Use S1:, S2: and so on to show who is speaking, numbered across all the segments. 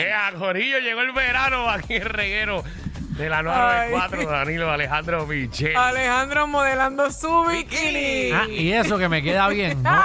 S1: a Corillo, llegó el verano aquí en Reguero de la 994, Danilo Alejandro Michel.
S2: Alejandro modelando su bikini.
S3: Ah, y eso que me queda bien. ¿no?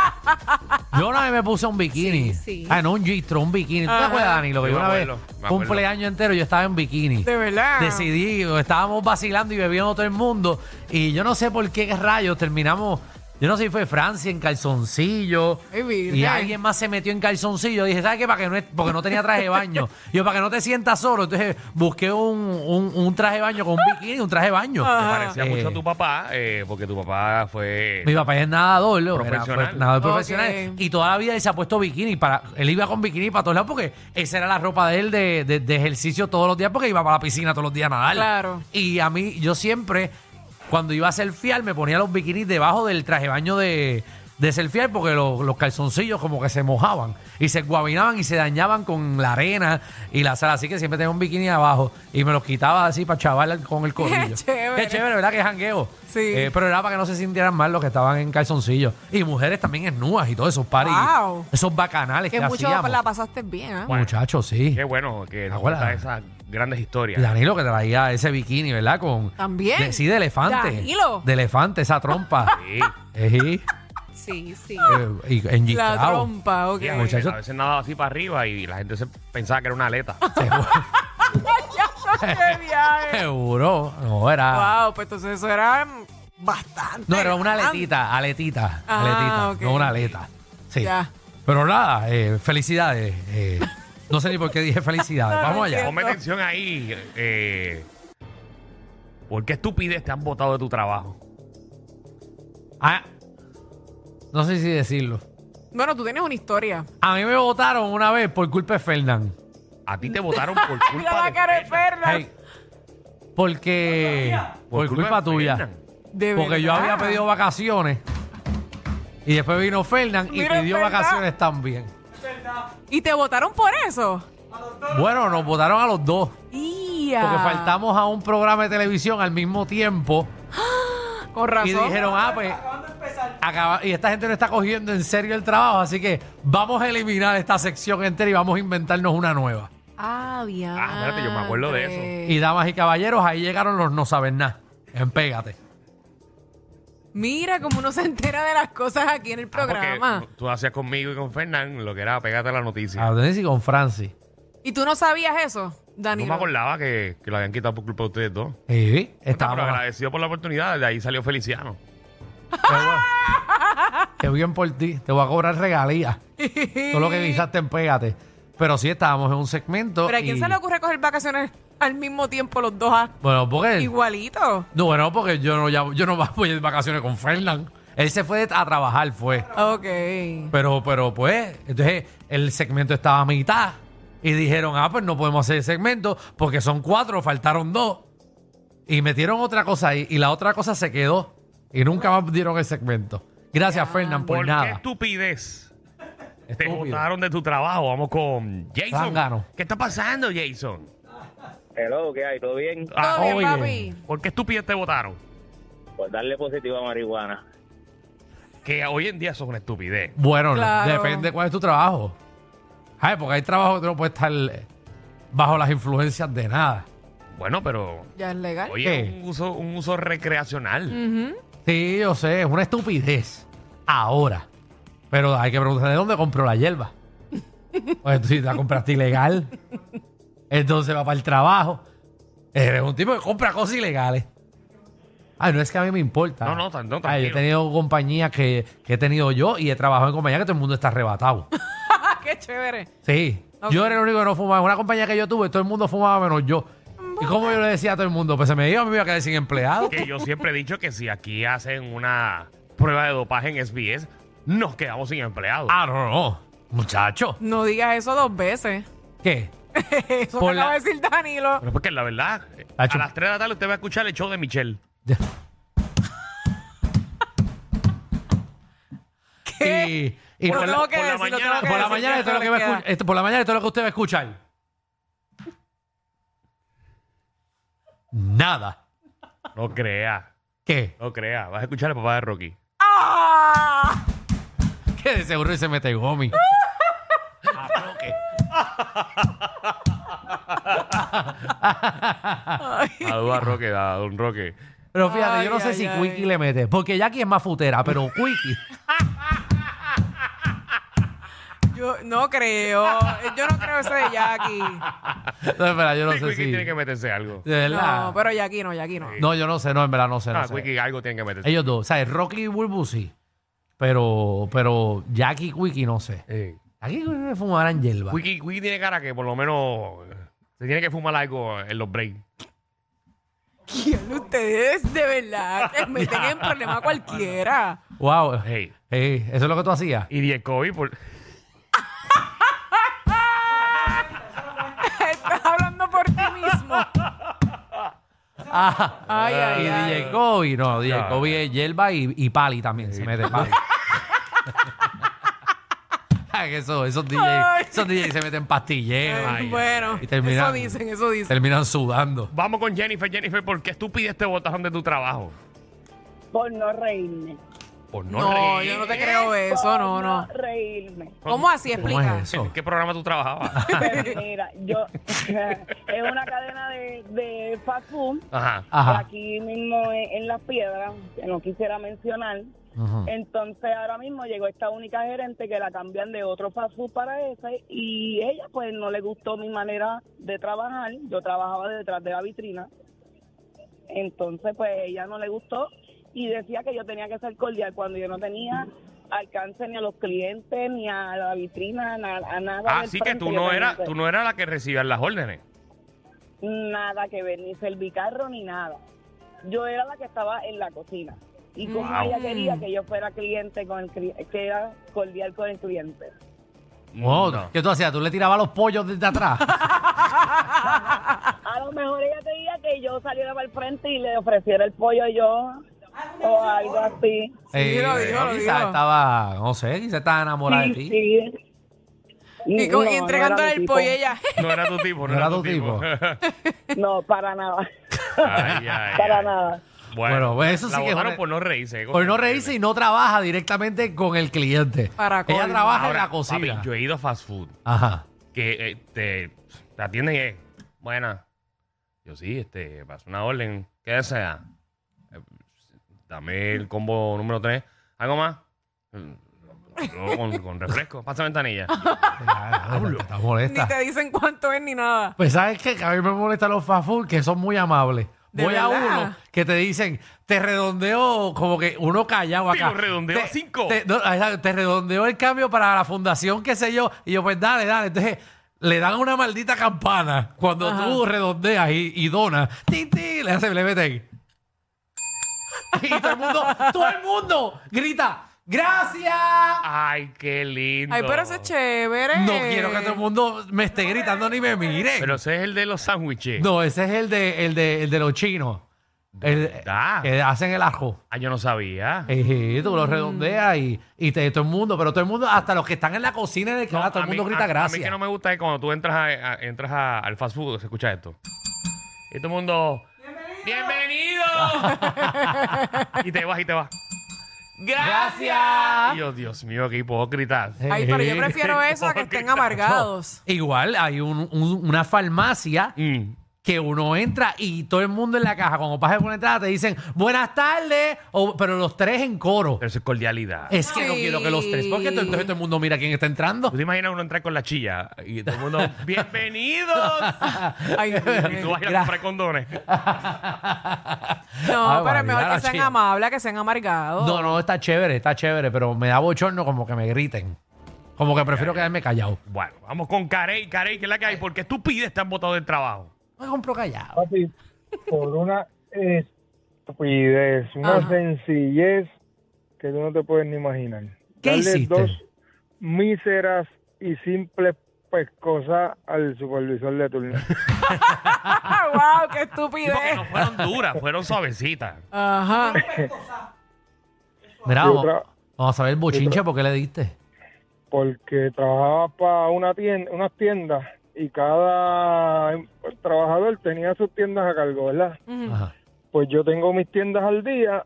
S3: Yo una vez me puse un bikini.
S4: Sí, sí.
S3: Ah, no, un gistro, un bikini. ¿Tú te
S2: Ajá.
S3: acuerdas, Danilo? Que
S1: Sí,
S3: yo
S1: me
S3: una vez,
S1: acuerdo, me acuerdo.
S3: cumpleaños entero, yo estaba en bikini.
S2: De verdad.
S3: Decidí, estábamos vacilando y bebiendo todo el mundo. Y yo no sé por qué rayos terminamos. Yo no sé si fue Francia en calzoncillo.
S2: Ay, virgen.
S3: y alguien más se metió en calzoncillo. Dije, ¿sabes qué? Para que no, es- porque no tenía traje de baño. Yo, para que no te sientas solo. Entonces busqué un, un- un traje de baño con un bikini, un traje de baño.
S1: Te parecía
S3: Eh,
S1: mucho a tu papá, eh, porque tu papá fue.
S3: Mi papá es nadador, loco, era
S1: Profesional.
S3: fue- nadador
S2: Ok.
S3: profesional. Y toda la vida él se ha puesto bikini. Para, él iba con bikini para todos lados porque esa era la ropa de él de, de- de ejercicio todos los días porque iba para la piscina todos los días a nadar.
S2: Claro.
S3: Y a mí, yo siempre, cuando iba a surfear, me ponía los bikinis debajo del traje de baño de, de surfear porque lo- los calzoncillos como que se mojaban y se guabinaban y se dañaban con la arena y la sal. Así que siempre tenía un bikini abajo y me los quitaba así para chaval con el corillo.
S2: chévere.
S3: Qué chévere, ¿verdad? Que jangueo.
S2: Sí.
S3: Eh, pero era para que no se sintieran mal los que estaban en calzoncillos. Y mujeres también en nuas y todos esos paris.
S2: Wow.
S3: Esos bacanales que,
S4: Que mucho
S3: hacíamos.
S4: la pasaste bien, ¿ah?
S3: Muchachos, sí.
S1: Qué bueno que nos
S3: Abuela.
S1: cuenta esas grandes historias.
S3: Y Danilo que traía ese bikini, ¿verdad? Con,
S2: También.
S3: de- sí, de elefante.
S2: Danilo.
S3: De elefante, esa trompa.
S1: Sí.
S3: Ejí,
S4: Sí, sí.
S3: eh, y
S2: La
S3: enyistrado.
S2: trompa, ok.
S1: Sí, a,
S3: Muchacho.
S1: veces, a veces nadaba así para arriba y la gente se pensaba que era una aleta.
S2: ¡Qué viaje!
S3: Seguro. No, era...
S2: wow, pues entonces eso era bastante.
S3: No, era una
S2: grande.
S3: aletita, aletita.
S2: Ah,
S3: aletita,
S2: ok.
S3: no una aleta. Sí.
S2: Ya.
S3: Pero nada, eh, felicidades. eh, no sé ni por qué dije felicidades.
S2: No, no
S3: Vamos allá.
S2: entiendo.
S1: Ponme atención ahí. Eh, ¿Por qué estupidez te han botado de tu trabajo?
S3: Ah, no sé si decirlo.
S2: Bueno, tú tienes una historia.
S3: A mí me votaron una vez por culpa de Fernán.
S1: A ti te votaron por culpa
S2: Mira la
S1: de
S2: cara de
S1: Fernan.
S2: Fernan.
S3: Hey, porque por culpa
S1: de
S3: tuya.
S1: Fernan. Ah,
S2: De
S3: Porque yo
S2: verdad.
S3: había pedido vacaciones. Y después vino Fernán y
S2: Mira, es
S3: pidió
S2: verdad.
S3: vacaciones también.
S2: Y te votaron por eso.
S3: Bueno, nos votaron a los dos.
S2: ¡Ya!
S3: Porque faltamos a un programa de televisión al mismo tiempo.
S2: Con razón.
S3: Y dijeron, ah, pues. acaba- y esta gente no está cogiendo en serio el trabajo, así que vamos a eliminar esta sección entera y vamos a inventarnos una nueva.
S4: Ah, bien.
S1: Ah, espérate, yo me acuerdo de eso.
S3: Y damas y caballeros, ahí llegaron los no saben nada. En Pégate.
S2: Mira cómo uno se entera de las cosas aquí en el
S1: Ah, porque
S2: programa.
S1: tú hacías conmigo y con Fernán lo que era pegarte a la noticia.
S3: A Dennis y con Francis.
S2: ¿Y tú no sabías eso,
S1: no
S2: Danilo?
S1: me acordaba que, que lo habían quitado por culpa de ustedes dos.
S3: Sí,
S1: Pero
S3: estábamos.
S1: agradecido por la oportunidad. De ahí salió Feliciano.
S3: Qué bueno. Qué bien por ti. Te voy a cobrar regalías. Todo lo que guisaste en Pégate. Pero sí estábamos en un segmento.
S2: ¿Pero a quién
S3: y-
S2: se le ocurre coger vacaciones al mismo tiempo los dos a-
S3: Bueno, porque.
S2: igualito?
S3: No, bueno, porque yo no, ya- yo no voy de vacaciones con Fernán. Él se fue a trabajar, fue.
S2: Ok.
S3: Pero, pero pues, entonces el segmento estaba a mitad. Y dijeron, ah, pues no podemos hacer el segmento porque son cuatro, faltaron dos. Y metieron otra cosa ahí y la otra cosa se quedó. Y nunca más dieron el segmento. Gracias, Fernán, por
S1: ¿Por qué
S3: Pues nada.
S1: estupidez? Te
S3: Estúpido.
S1: votaron de tu trabajo. Vamos con Jason.
S3: Zángano.
S1: ¿Qué está pasando, Jason?
S5: Hello, ¿qué hay? ¿Todo bien?
S1: Ah,
S2: Todo bien,
S3: oye.
S2: papi.
S1: ¿Por qué estupidez te votaron?
S5: Por Pues darle positivo a marihuana.
S1: Que hoy en día eso es una estupidez.
S3: Bueno,
S2: Claro.
S3: depende cuál es tu trabajo. Ay, porque hay trabajo que no puede estar eh, bajo las influencias de nada.
S1: Bueno, pero.
S2: Ya es legal.
S1: Oye,
S3: ¿Qué?
S1: un uso, un uso recreacional.
S2: Ujú.
S3: Sí, yo sé, es una estupidez. Ahora. Pero hay que preguntar de dónde compró la hierba. Pues tú, si la compraste ilegal, entonces va para el trabajo. Eres un tipo que compra cosas ilegales. Ay, no es que a mí me importa.
S1: No, no, tan- no,
S3: Ay, yo he
S1: tranquilo.
S3: tenido compañías que, que he tenido yo y he trabajado en compañías que todo el mundo está arrebatado.
S2: Ah, qué chévere.
S3: Sí.
S2: Ok.
S3: Yo era el único que no fumaba. En una compañía que yo tuve, todo el mundo fumaba menos yo. ¿Y como yo le decía a todo el mundo? Pues se me iba, me iba a quedar sin empleado.
S1: Que yo siempre he dicho que si aquí hacen una prueba de dopaje en SBS, nos quedamos sin empleados.
S3: Ah, no, no, no. Muchacho.
S2: No digas eso dos veces.
S3: ¿Qué?
S2: Eso
S3: Por
S2: me
S3: la-
S2: acaba de decir Danilo.
S1: Pero porque la verdad,
S3: Hacho.
S1: a las 3 de la tarde usted va a escuchar el show de Michelle.
S3: Ya.
S2: ¿Qué?
S3: Y, y
S2: Lo
S3: por, la,
S2: tengo que
S1: por la
S2: decir, lo
S1: mañana-
S2: tengo que
S3: por la
S2: decir,
S3: mañana
S2: que
S3: esto es lo que
S2: eso
S3: va
S2: le
S3: a escu-
S2: queda.
S3: esto- por la mañana esto es lo que usted va a escuchar. Nada.
S1: No crea,
S3: ¿Qué?
S1: no crea. Vas a escuchar al papá de Rocky.
S2: ¡Ah!
S3: ¿Qué de seguro se mete gomi?
S1: Saludos a Roque, a Don Roque.
S3: Pero fíjate,
S2: Ay,
S3: yo no sé
S2: ay,
S3: si
S2: ay.
S3: Quickie le mete, porque Jackie es más futera, pero Quickie.
S2: Yo no creo. Yo no creo ese de Jackie.
S3: No, en verdad, yo no
S1: Sí,
S3: sé
S1: Quickie
S3: si.
S1: tiene que meterse algo.
S3: De verdad.
S2: No, pero Jackie no, Jackie no.
S3: No, yo no sé, no, en verdad no sé. no
S1: Ah,
S3: sé.
S1: Quickie algo tiene que meterse.
S3: Ellos dos, o sea, Rocky y Bulbu sí. Pero, pero Jackie y Quickie no sé.
S1: Eh,
S3: Aquí fumarán hierba.
S1: Quickie, Quickie tiene cara que por lo menos eh, se tiene que fumar algo en los breaks.
S2: ¿Quién ustedes de verdad que meten en problema a cualquiera?
S3: Wow.
S1: Hey.
S3: Hey, eso es lo que tú hacías.
S1: Y Diez COVID por...
S2: Estás hablando por ti mismo.
S3: Ah,
S2: Ay, ay,
S3: y
S2: ay.
S3: DJ Kobe, no, DJ
S1: No.
S3: Kobe es hierba y, y pali también, se mete pali. Ah, que eso, esos
S2: Ay.
S3: DJs, esos DJs se meten pastilleros
S2: Ay, bueno,
S3: y terminan,
S2: eso dicen, eso dicen.
S3: terminan sudando.
S1: Vamos con Jennifer. Jennifer, ¿por qué tú pides este botón de tu trabajo?
S6: por no reírme.
S1: Por no,
S2: No,
S1: reír.
S2: yo no te creo eso,
S6: Por
S2: no, no.
S6: reírme.
S2: ¿Cómo así
S3: ¿Cómo es
S2: explica?
S3: eso?
S1: ¿En qué programa tú trabajabas?
S6: Pero mira, yo es una cadena de, de fast food
S1: Ajá.
S3: Ajá.
S6: aquí mismo en, en Las Piedras, que no quisiera mencionar.
S3: Ujú.
S2: Eh,
S6: Entonces ahora mismo llegó esta única gerente que la cambian de otro fast food para ese y ella pues no le gustó mi manera de trabajar. Yo trabajaba detrás de la vitrina. Entonces pues ella no le gustó y decía que yo tenía que ser cordial cuando yo no tenía alcance ni a los clientes ni a la vitrina, na- a nada. del
S1: Así Ah, que
S6: frente.
S1: tú
S6: Yo
S1: no
S6: tenía
S1: eras,
S6: que-
S1: tú no eras la que recibías las órdenes.
S6: nada que ver, ni servicarro ni nada. Yo era la que estaba en la cocina. Y
S3: Mm.
S6: como
S1: Wow.
S6: ella quería que yo fuera cliente con el cli- que era cordial con el cliente.
S3: Wow, Oh, ¿Qué tú hacías? ¿Tú le tirabas los pollos desde atrás?
S6: A lo mejor ella quería que yo saliera para el frente y le ofreciera el pollo yo o algo así.
S2: Sí, lo dijo, lo
S3: Eh, quizás
S2: dijo.
S3: estaba, no sé, quizás estaba enamorada de ti.
S6: Sí, sí.
S2: Y, con- y
S6: No, no
S2: entregándole
S6: era
S2: el
S6: mi tipo.
S2: pollo a ella.
S1: No era tu tipo, no, era tu tipo.
S6: No, para nada.
S1: Ay, ay,
S6: para
S1: ay.
S6: nada.
S1: Bueno,
S3: Bueno, pues eso
S1: la
S3: sí que es
S1: votaron
S3: una-
S1: por no reírse.
S3: Por no reírse y no trabaja directamente con el cliente.
S2: Para
S3: Ella
S2: colmo.
S3: trabaja en
S1: Ahora,
S3: la cocina.
S1: papi, yo he ido a fast food
S3: Ajá.
S1: que eh, te, te atienden y es buena. Yo sí, este, pasó una orden. ¿Qué desea? Eh, dame el combo número 3. ¿Algo más? Mm, luego con, con refresco. Pasa ventanilla.
S3: Diablo. Estás molesta.
S2: Ni te dicen cuánto es ni nada.
S3: Pues sabes qué? que a mí me molestan los fast food que son muy amables.
S2: ¿De
S3: Voy a
S2: verdad?
S3: uno que te dicen, te redondeo, como que uno callado
S1: Sí,
S3: acá.
S1: lo redondeo
S3: Te-
S1: a cinco.
S3: Te, no, ah, exacto, te redondeo el cambio para la fundación, qué sé yo. Y yo, pues dale, dale. Entonces le dan una maldita campana cuando
S2: Ajá.
S3: tú redondeas y, y donas. Tin, tin, le hacen, le meten. y todo el mundo, todo el mundo grita, ¡gracias!
S1: Ay, qué lindo.
S2: Ay, pero eso es chévere.
S3: No quiero que todo el mundo me esté gritando ni me mire.
S1: Pero ese es el de los sándwiches.
S3: no, ese es el de, el de, el de los chinos. El-
S1: ¿Verdad?
S3: que hacen el ajo.
S1: Ah, yo no sabía.
S3: Eh, tú lo redondeas y, y te, todo el mundo, pero todo el mundo, hasta los que están en la cocina en el que
S1: No,
S3: va, todo
S1: a
S3: el
S1: mí-
S3: mundo grita
S1: a-
S3: gracias.
S1: A mí que no me gusta es cuando tú entras, a- a- entras a- al fast food, se escucha esto. Y todo el mundo. ¡Bienvenido! y te vas y te vas.
S3: ¡Gracias!
S1: Y yo, Dios mío, qué hipócrita.
S2: Ay, pero yo prefiero eso a que estén amargados.
S3: Igual hay un- un- una farmacia
S1: Mm.
S3: que uno entra y todo el mundo en la caja, cuando pasas por la entrada, te dicen buenas tardes, o- pero los tres en coro.
S1: Pero eso es cordialidad.
S3: Es que no
S2: Sí.
S3: quiero que los tres, porque to- entonces todo el mundo mira quién está entrando.
S1: ¿Tú te imaginas uno entrar con la chilla y todo el mundo, ¡bienvenidos!
S2: Ay, Dios
S1: y tú
S2: mío.
S1: vas a ir a comprar condones.
S3: Ah,
S2: no, pero es mejor
S3: Mariana,
S2: que sean
S3: chica.
S2: amables, a que sean amargados.
S3: No, no, está chévere, está chévere, pero me da bochorno como que me griten. Como que prefiero quedarme callado.
S1: Bueno, vamos con Carey. Carey, ¿qué es la que hay? ¿Por qué tú pides tan botado del trabajo?
S3: Me compro callado.
S7: Papi, por una estupidez, una
S2: Ajá.
S7: sencillez que tú no te puedes ni imaginar.
S3: ¿Qué
S7: Darle
S3: hiciste?
S7: dos míseras y simples pescosas al supervisor de turno.
S2: wow,
S1: Sí,
S2: qué
S1: porque
S2: estupidez.
S1: no fueron duras, fueron suavecitas.
S2: Ajá.
S3: Mira,
S7: Y
S3: vamos,
S7: otra-
S3: vamos a ver el bochinche, ¿por qué le diste?
S7: porque trabajaba para una tienda, unas tiendas y cada em, trabajador tenía sus tiendas a cargo, ¿verdad?
S2: Ujú.
S3: Ajá.
S7: Pues yo tengo mis tiendas al día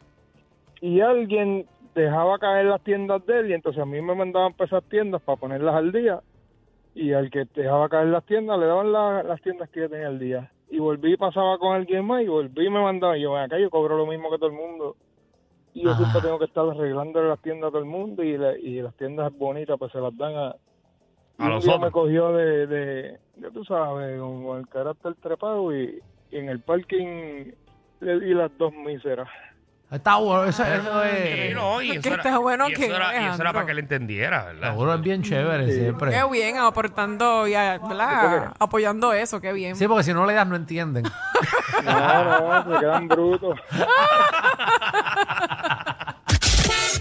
S7: y alguien dejaba caer las tiendas de él y entonces a mí me mandaban para esas tiendas para ponerlas al día y al que dejaba caer las tiendas le daban la- las tiendas que yo tenía al día. Y volví y pasaba con alguien más y volví y me mandaba. Y yo, ven acá, yo cobro lo mismo que todo el mundo. Y yo
S3: Ah.
S7: siempre tengo que estar arreglando las tiendas a todo el mundo y, la- y las tiendas bonitas pues se las dan a... y
S1: A
S7: un
S1: los
S7: día
S1: otros.
S7: me cogió de, de, ya tú sabes, con con el carácter trepado y, y en el parking le di las dos míseras.
S3: Está bueno, eso, eso
S1: Sí,
S3: es.
S1: no, y
S2: Porque
S1: eso era-
S2: está bueno
S1: y
S2: que
S1: eso era, y eso era
S2: Alejandro.
S1: para que él entendiera, ¿verdad?
S3: Seguro es bien chévere siempre.
S2: Qué bien, aportando y a- ¿verdad? apoyando eso, qué bien.
S3: Sí, porque si no le das, no entienden.
S7: No, no, se quedan brutos.